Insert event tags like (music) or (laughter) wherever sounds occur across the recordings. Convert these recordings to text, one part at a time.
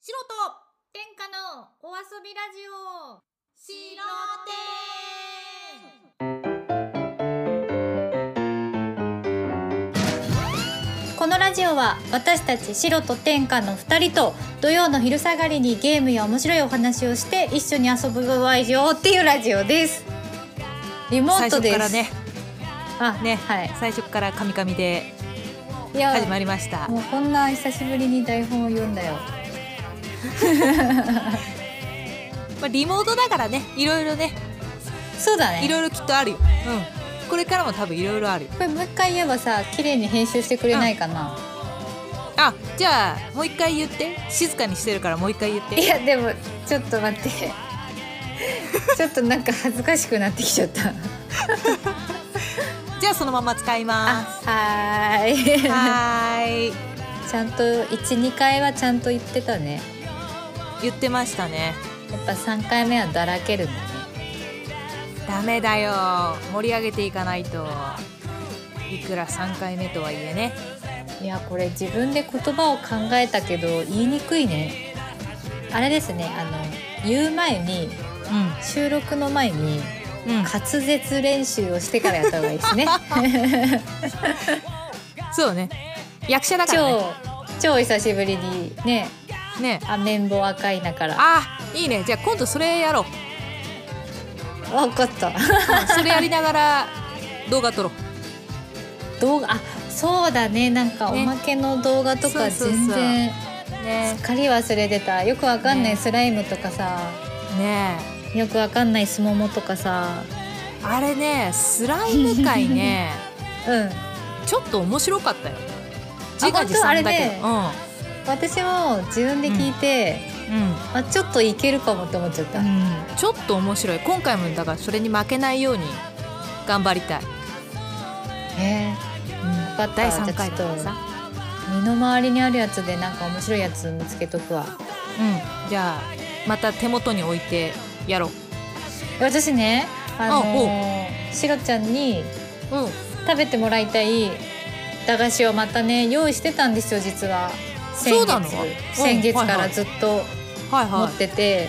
素人天下のお遊びラジオ素このラジオは私たち白と天下の2人と土曜の昼下がりにゲームや面白いお話をして一緒に遊ぶわよっていうラジオですリモ最ート初ですからねあねはい最初からカミカミでいや始まりましたもうこんな久しぶりに台本を読んだよまあ、リモートだからねいろいろねそうだねいろいろきっとあるよ、うん、これからも多分いろいろあるよこれもう一回言えばさ綺麗に編集してくれないかな、あじゃあもう一回言って静かにしてるからもう一回言っいてやでもちょっと待って (laughs) ちょっとなんか恥ずかしくなってきちゃったじゃあそのまま使いあますはーいはーい (laughs) ちゃんと12回はちゃんと言ってたね言ってましたねやっぱ3回目はだらけるんだねダメだよ盛り上げていかないといくら3回目とはいえねいやこれ自分で言葉を考えたけど言いにくいねあれですねあの言う前に収録の前にうん、うん、滑舌練習をしてからやった方がいい (laughs) ですねそうね役者だからね超超久しぶりにねねアメンボ赤いなからあいいねじゃあ今度それやろうわかったそれやりながら動画撮ろう動画あそうだねなんかおねまけの動画とかそうそうそう全然ねすっかり忘れてたよくわかんないねスライムとかさ、ねよくわかんないすももとかさえあれねスライム (laughs) 界ねうんちょっと面白かったよ自画自賛だけど私も自分で聞いて、うん、うんあちょっといけるかもって思っちゃった、うん、ちょっと面白い今回もだからそれに負けないように頑張りたい、えー、分かった第じゃ3あ回だちょかっらとさ身の回りにあるやつでなんか面白いやつ見つけとくわうんじゃあまた手元に置いてやろう私ねあのーあしろちゃんにうん食べてもらいたい駄菓子をまたね用意してたんですよ実は先月そうなの先月うかんはいはらいずっとはい持はってて、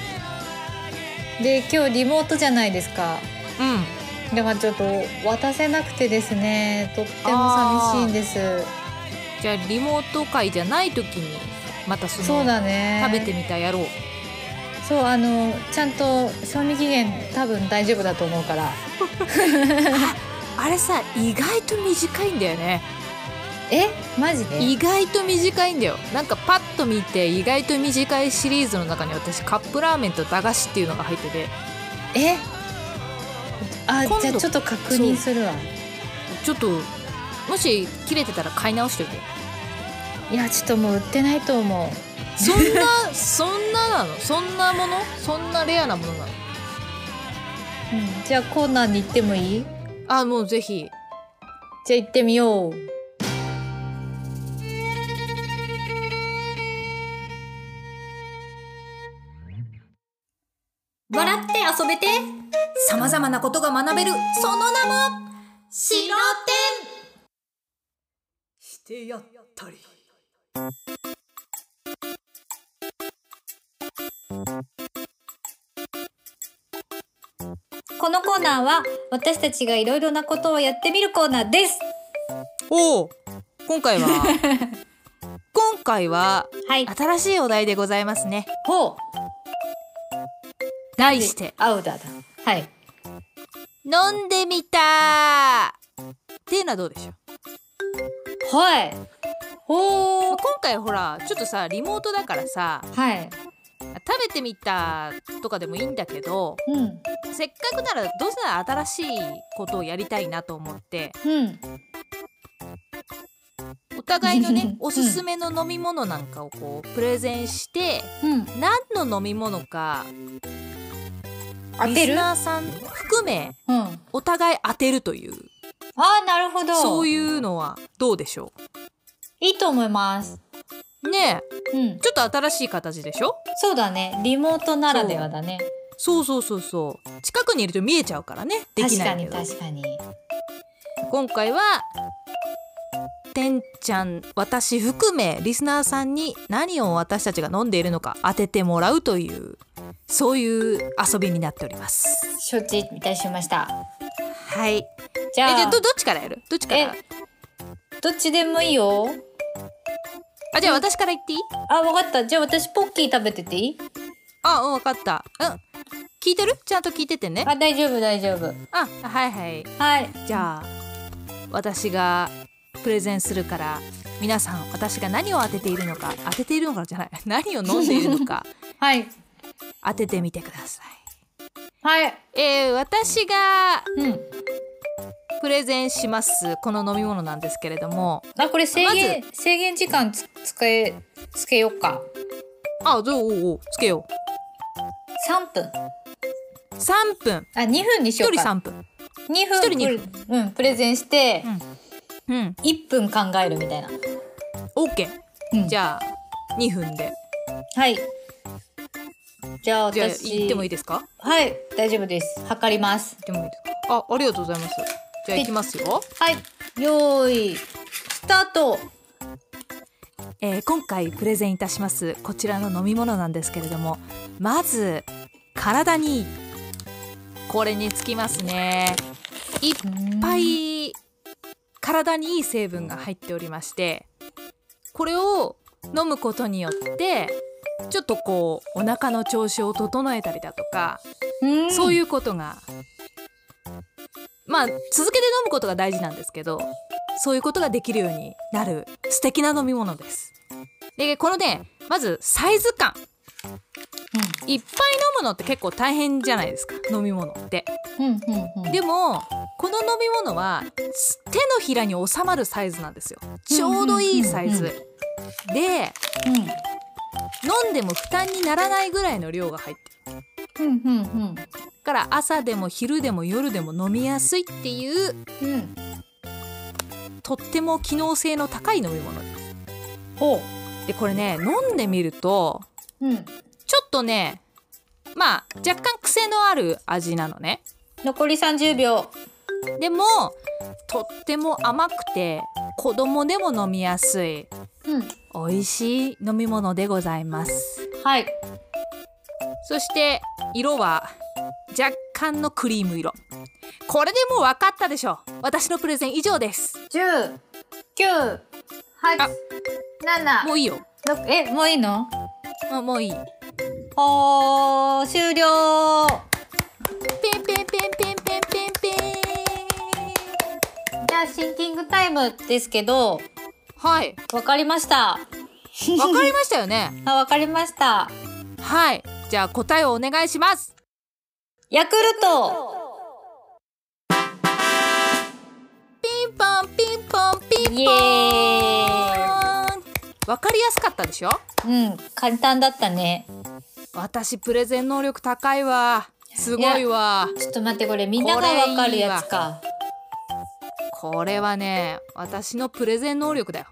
で今日リモートじゃないですかいうんだからちょっと渡せなくてですねとっても寂しいんですじゃあリモート会じゃない時にまたそのそうだね食べてみたやろうそうあのちゃんと賞味期限多分大丈夫だと思うからあれさ意外と短いんだよねえマジで意外と短いんだよなんかパッと見て意外と短いシリーズの中に私カップラーメンと駄菓子っていうのが入っててえあ今度じゃあちょっと確認するわちょっともし切れてたら買い直しておいていやちょっともう売ってないと思うそん (laughs) なそんななのそんなものそんなレアなものなのうんじゃあコーナーに行ってもいいあもうぜひじゃあ行ってみよう笑って遊べてさまざまなことが学べるその名も素人してやったりこのコーナーは私たちがいろいろなことをやってみるコーナーですおお今回は (laughs) 今回ははい新しいお題でございますねほう題してアウダーだはい飲んでみたーっていうのはどうでしょう、はいほまうあ今回ほらちょっとさリモートだからさはい食べてみたとかでもいいんだけどうんせっかくならどうせなら新しいことをやりたいなと思ってうんお互いのね (laughs) うんおすすめの飲み物なんかをこうプレゼンしてうん何の飲み物か当リてスるナーさん含めうんあお互い当てるというあなるほどそういいうのはどうでしょいと思いますうねえうんちょっと新しい形でしょそうだねリモートならではだねそうそうそうそう近くにいると見えちゃうからねで確きなかいけにど確かに今回はてんちゃん私含めリスナーさんに何を私たちが飲んでいるのか当ててもらうというそういう遊びになっております承知いたしましたはいえじじゃあゃあどどっちからやるどっちからどっちでもいいよあじゃあ私から言っていいあわかったじゃあ私ポッキー食べてていいあうん分かったうん聞いてるちゃんと聞いててねあ大丈夫大丈夫あはいはいはいじゃあ私がプレゼンするから皆さん私が何を当てているのか当てているのかじゃない何を飲んでいるの (laughs) かはい当ててみてくださはいい。えー、私がうんプレゼンしますこの飲み物なんですけれどもあこれ制限、制限時間つ使えつけようかあどうおうおうつけよ3分う3分あ2分にし1よう人か3分2分一人二プレうんプレゼンしてうん1分考えるみたいな、 OK うん、じゃあ2分ではいじゃあじゃあ私行ってもいいですかはい大丈夫です測ります行ってもいいですかあありがとうございますじゃあ行きますよはいよーいスタートえー今回プレゼンいたしますこちらの飲み物なんですけれどもまず体にいいこれにつきますねいっぱい体にいい成分が入っておりましてこれを飲むことによってちょっとこうお腹の調子を整えたりだとかそういいうことがまあ続けて飲むことが大事なんですけどそういうことができるようになる素敵な飲み物です。でこのねまずサイズ感いっぱい飲むのって結構大変じゃないですか飲み物って。うんうんうんうんでもこの飲み物はす手のひらに収まるサイズなんですよ。ちょうどいいサイうんうズ。で飲んでも負担にならないぐらいの量が入ってるうんうんうんだから朝でも昼でも夜でも飲みやすいっていううんうんとっても機能性の高い飲み物ですほでこれね飲んでみるとううんちょっとねまあ若干癖のある味なのね残り30秒でもとっても甘くて子供でも飲みやすいうん美味しい飲み物でございますはいそして色は若干のクリーム色これでもう分かったでしょ私のプレゼン以上です10 9あ8も7ういいよ6えもういいのもうもういいおー終了ペンペンペンペンペンペンペンじゃあシンキングタイムですけどはいわかりましたわかりましたよねあわかりましたはい。じゃあ答えをお願いします。ヤクルトピンポンピンポンピンイエーポン。わかりやすかったでしょイうん簡単だったね私プレゼン能力高いわ。すごいわ。ちょっと待ってこれみんながわかるやつかこれはね、私のプレゼン能力だよ。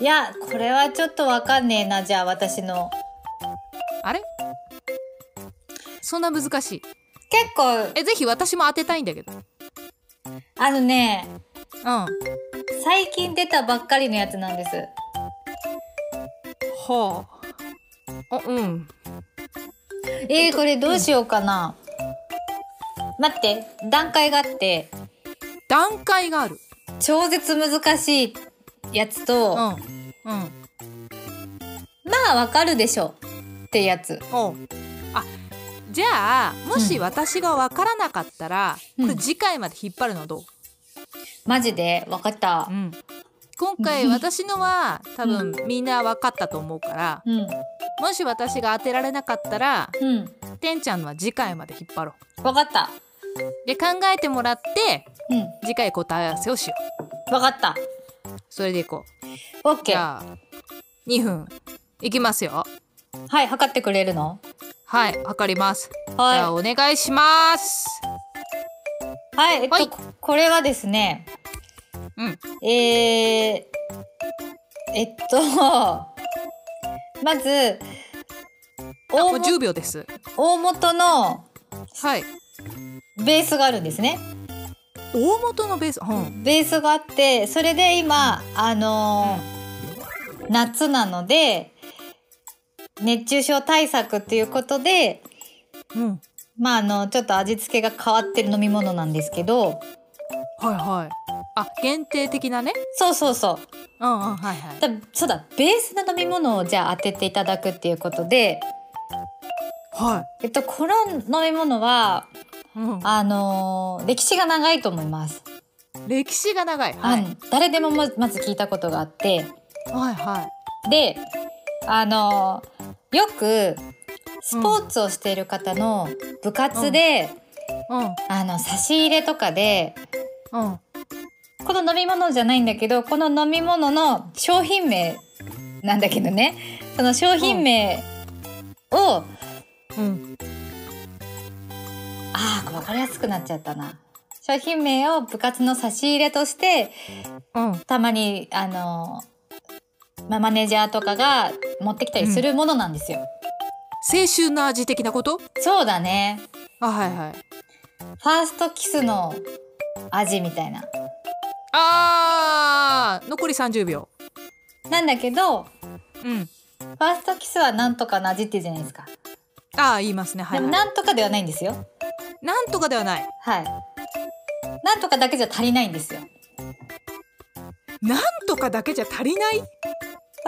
いやこれはちょっとわかんねえなじゃあ私のあれそんな難しい。結構え、ぜひ私も当てたいんだけど。うん。あのねは最近出たばっかりのやつなんですあ。あ、うん。えー、これどうしようかな、待って段階があって段階がある。超絶難しいやつうと、ん。うん。まあわかるでしょってやつおうあじゃあもし私が分からなかったら、うんこれ次回まで引っ張るのどう、マジでわかったうん今回私のは多分みんな分かったと思うからうんもし私が当てられなかったらうんてんちゃんのは次回まで引っ張ろうわかったで考えてもらってうん次回答え合わせをしようわかったそれでいこうオッケじーゃあ2分いきますよはい測ってくれるのはい測ります、じゃはあお願いしますいはいえっと、はいここれはですねうんえー、えっと (laughs) まずあ大もうも10秒です大元のはいベースがあるんですね大元のベース、うん、ベースがあってそれで今あのー夏なので熱中症対策っていうことでうん、まああのちょっと味付けが変わってる飲み物なんですけどはいはいあ限定的なねそうそうそううんうんはいはいだそうだベースの飲み物をじゃあ当てていただくっていうことで、はえっと、この飲み物はい、うん、あのー歴史が長いと思います、歴史が長いはい、うん誰でもままず聞いたことがあってはいはいであのーよくスポーツをしている方の部活で、あの差し入れとかでうんうんこの飲み物じゃないんだけどこの飲み物の商品名なんだけどねその商品名を、うんあーわかりやすくなっちゃったな商品名を部活の差し入れとしてうんたまにあのまあマネージャーとかが持ってきたりするものなんですよ、青春の味的なことそうだねあはいはいファーストキスの味みたいなあー残り30秒なんだけどフうんァーストキスはなんとかの味って言うじゃないですか、あー言いますねはでい、はもい、なんとかではないんですよなんとかではないはいなんとかだけじゃ足りないんですよなんとかだけじゃ足りないフ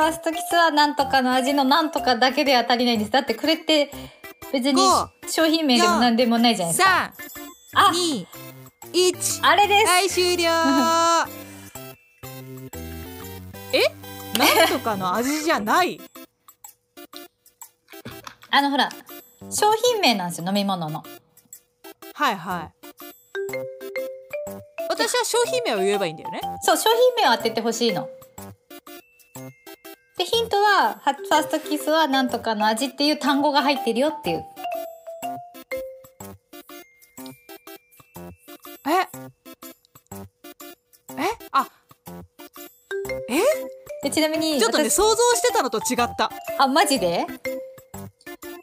ァーストキスはなんとかの味のなんとかだけでは足りないんですだってこれって別に五商品名でも何でもないじゃないですか三、あ二、一、あれですはい終了。 (laughs) え、なんとかの味じゃない。あのほら商品名なんですよ飲み物のはいはい。私は商品名を言えばいいんだよね。そう商品名を当ててほしいのでヒントはファファーストキスはなんとかの味っていう単語が入ってるよっていうえ、え、あ、でちなみにちょっとね私想像してたのと違った。あマジで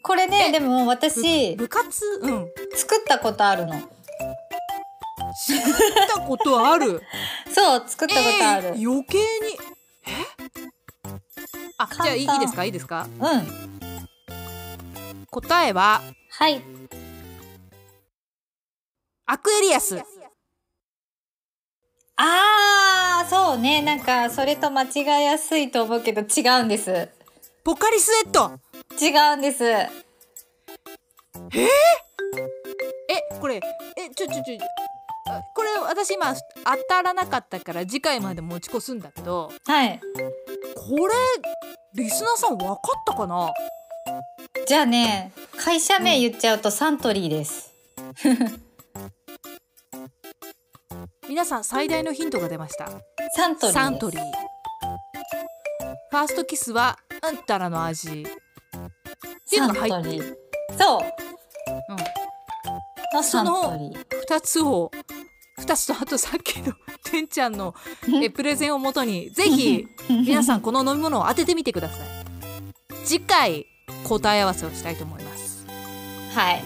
これねでも私部活、うん。作ったことあるの知ったことあ (laughs) る。そう作ったことある、えー余計に。え？あ、じゃあいい簡単いいですかいいですか。うん答えは。はいアクエリアス。あーそうねなんかそれと間違いやすいと思うけど違うんですポカリスエット。違うんですえ、これ、え、ちょちょちょ。あこれ私今当たらなかったから次回まで持ち越すんだけどはいこれリスナーさん分かったかなじゃあね会社名言っちゃうとサントリーです、皆さん最大のヒントが出ましたサントリーですサントリーファーストキスはうんたらの味っていうのが入ってサントリーそう、うんのサそンのトリー2つを2つとあとさっきのてんちゃん (laughs) のえプレゼンをもとにぜひ (laughs) 皆さんこの飲み物を当ててみてください次回答え合わせをしたいと思います (laughs) はい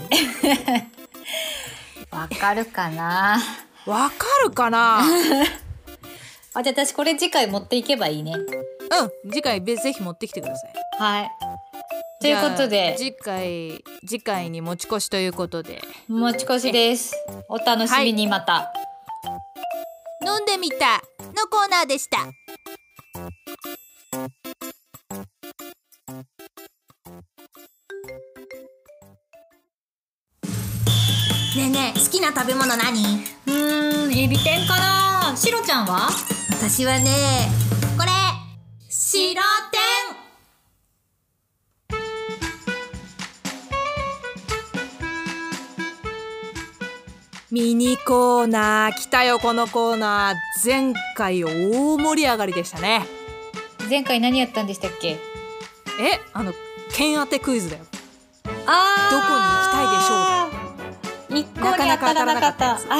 (laughs) わかるかなわかるか (laughs) なあじゃあ私これ次回持っていけばいいねうん次回べぜひ持ってきてくださいはいということじゃあで次回次回に持ち越しということで持ち越しですお楽しみにまた、飲んでみたのコーナーでしたねえねえ好きな食べ物何うーんエビ天かなしろちゃんは私はねこれ白ミニコーナー来たよこのコーナー前回大盛り上がりでしたね前回何やったんでしたっけえあの剣当てクイズだよあどどこに行きたいでしょう一向に当たらなかったなかなか当た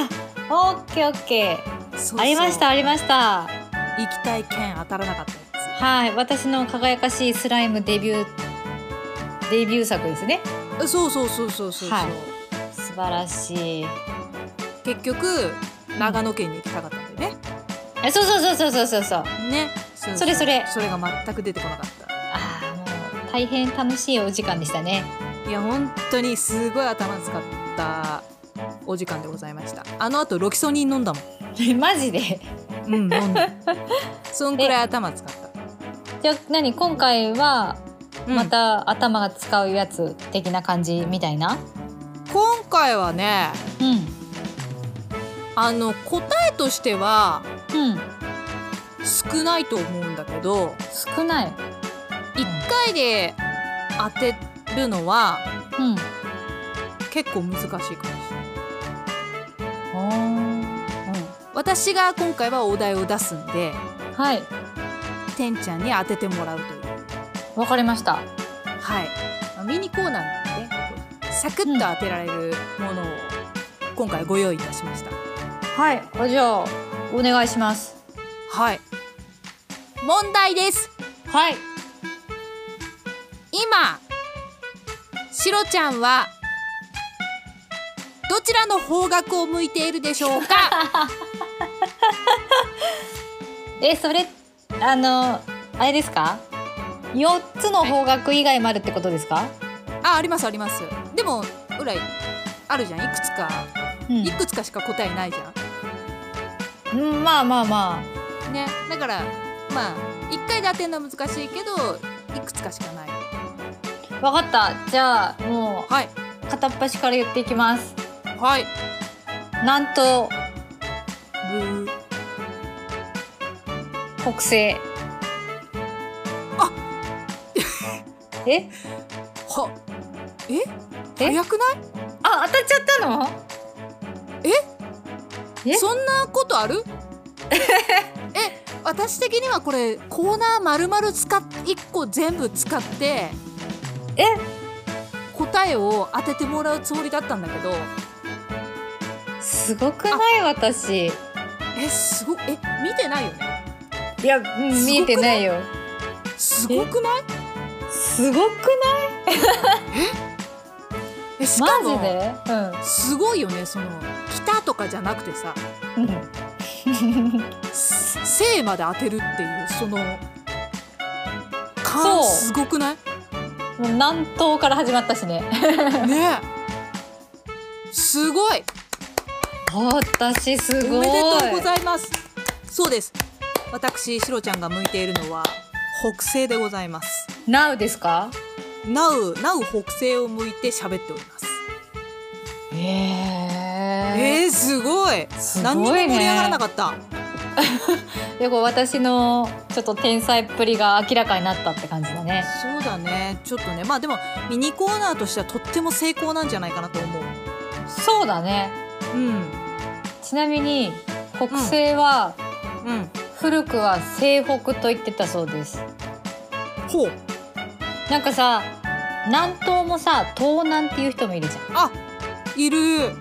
あオッケーオッケーありましたありました行きたい剣当たらなかったやはい私の輝かしいスライムデビューデビュー作ですねつそうそうそうそうそうそう、はい素晴らしい結局長野県に行きたかったんだよね。えそうそうそうそうそうそうそうね。うそれそれそれが全く出てこなかっああもう大変楽しいお時間でしたね (laughs) た。いや本当にすごい頭使ったお時間でございました。あの後ロキソニン飲んだもん。マジでうん飲んだ。 (laughs) そんくらい頭使った。じゃあ何今回はうんまた頭が使うやつ的な感じみたいな今回はね、うんあの答えとしてはうん少ないと思うんだけど、少ない一回で当てるのはうん結構難しいかもしれない。おー私が今回はお題を出すんでうんはいてんちゃんに当ててもらうというわかりましたはいまあミニコーナーなんでねサクッと当てられるものを今回ご用意いたしましたはいあじゃあお願いしますはい問題ですはい今シロちゃんはどちらの方角を向いているでしょう (laughs) かえそれあのあれですか四つの方角以外もあるってことですか、あありますありますでもうらいあるじゃんいくつかうんいくつかしか答えないじゃんうん、まあまあまねだからまあ一回で当てるのは難しいけどいくつかしかないあわかったじゃあもはいう片っ端から言っていきますはい南東ブー北西あ (laughs) えはええ早くないあ当たっちゃったのえそんなことある (laughs) え私的にはこれコーナー丸々使っ1個全部使ってえ答えを当ててもらうつもりだったんだけどすごくない私えすごえ見てないよねいやすごくない見えてないよすごくないすごくえしなかいマジもですごいよねその北とかじゃなくてさうん生まで当てるっていうその感そうすごくないもう南東から始まったしねねえすごい (laughs) 私すおごいめでとうございますそうです私シロちゃんが向いているのは北西でございます Now ですかなうなう北西を向いて喋っておりますえええー、すごいすごいね何にも盛り上がらなかったでこう私のちょっと天才っぷりが明らかになったって感じだねそうだねちょっとねまあでもミニコーナーとしてはとっても成功なんじゃないかなと思うそうだねうんちなみに北西はうん古くは西北と言ってたそうですほうなんかさ南東もさ東南っていう人もいるじあいる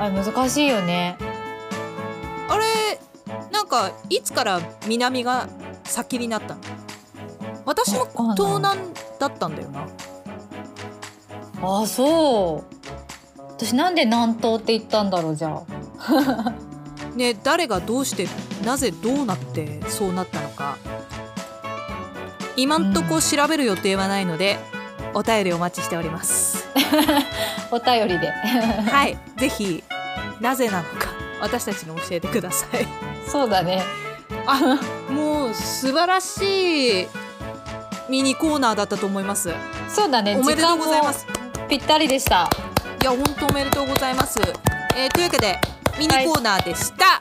ゃんあれ難しいよねあれなんかいつから南が先になったの私もわ東かんな南だったんだよなあそう私なんで南東って言ったんだろうじゃあね誰がどうしてなぜどうなってそうなったのか今んとうこ調べる予定はないので、お便りお待ちしておりますお便りで (laughs) はいぜひなぜなのか私たちに教えてくださいそうだねあもう素晴らしいミニコーナーだったと思いますそうだねおめでとうございます時間もぴったりでしたいや本当おめでとうございます。えーというわけでミニコーナーでした。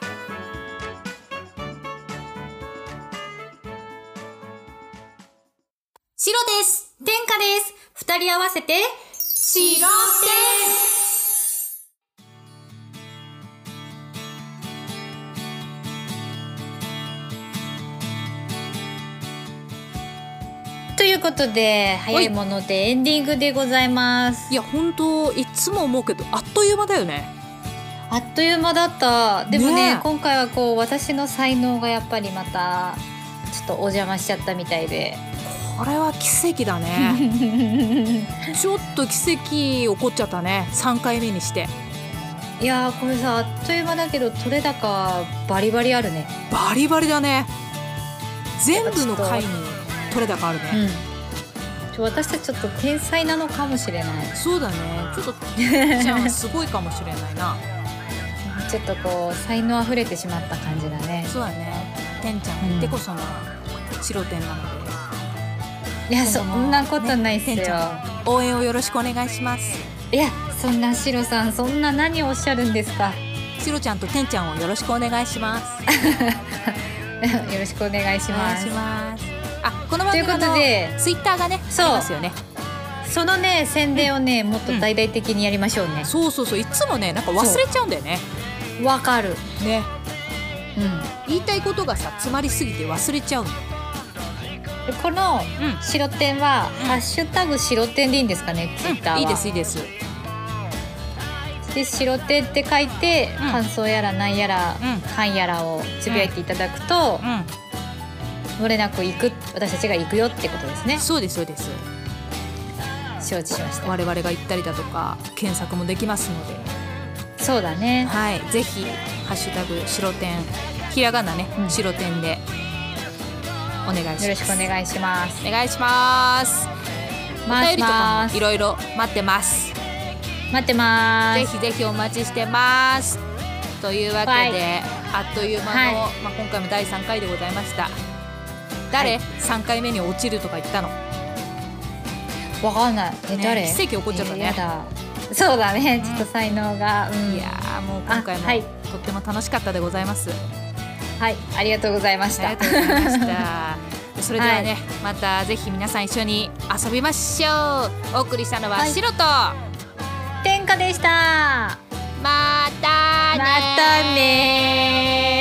白です。天下です。二人合わせて、白です。ということで早いものでエンディングでございますい、や本当いつも思うけどあっという間だよね。あっという間だったでもねねえ今回はこう私の才能がやっぱりまたちょっとお邪魔しちゃったみたいでこれは奇跡だね。 (laughs) ちょっと奇跡起こっちゃったね。三回目にして。いやーこれさあっという間だけど取れ高バリバリあるねバリバリだね全部の回に取れ高あるね、うんちょ私たちちょっと天才なのかもしれないそうだねちょっとちゃんはすごいかもしれないなちょっとこう才能あふれてしまった感じだねそうだねてんちゃんあってこその白点なので、いやそ今後もんなことないっすよ、ねてんちゃん応援をよろしくお願いしますいやそんなシロさんそんな何をおっしゃるんですか (laughs) シロちゃんとてんちゃんをよろしくお願いしますよろしくお願いしおま願いすしますあこの番組ということでツイッターがねそうありますよねそのね宣伝をね、もっと大々的にやりましょうねそうそうそういつもねなんか忘れちゃうんだよねわ、かるねうん言いたいことがさ詰まりすぎて忘れちゃうのでこのうん白点は、うんハッシュタグ白点でいいんですかね、ツイッターは、いいですいいですで白点って書いて、うん感想やらなんやら、うん感やらをつぶやいていただくと、う漏れなく行く私たちが行くよってことですねんそうですそうです承知しました我々が行ったりだとか検索もできますのでそうだねはいぜひハッシュタグ白点ひらがなね、うん白点でお願いしますよろしくおい願いしますお願いしますお待って便りとかまもすいろいろ待ってます待ってまぜすひぜひお待ちしてますというわけで、はいあっという間の、はまあ、今回も第3回でございました誰、三3回目に落ちるとか言ったのわかんないえ、ね誰奇跡起こっちゃったねえーやだそうだねちょっと才能が、うん、いやーもう今回も、あはいとっても楽しかったでございますはいありがとうございましありたが (laughs) とうございましたそれではね、またぜひ皆さん一緒に遊びましょうお送りしたのははい白と、天下でしたまたねまたねー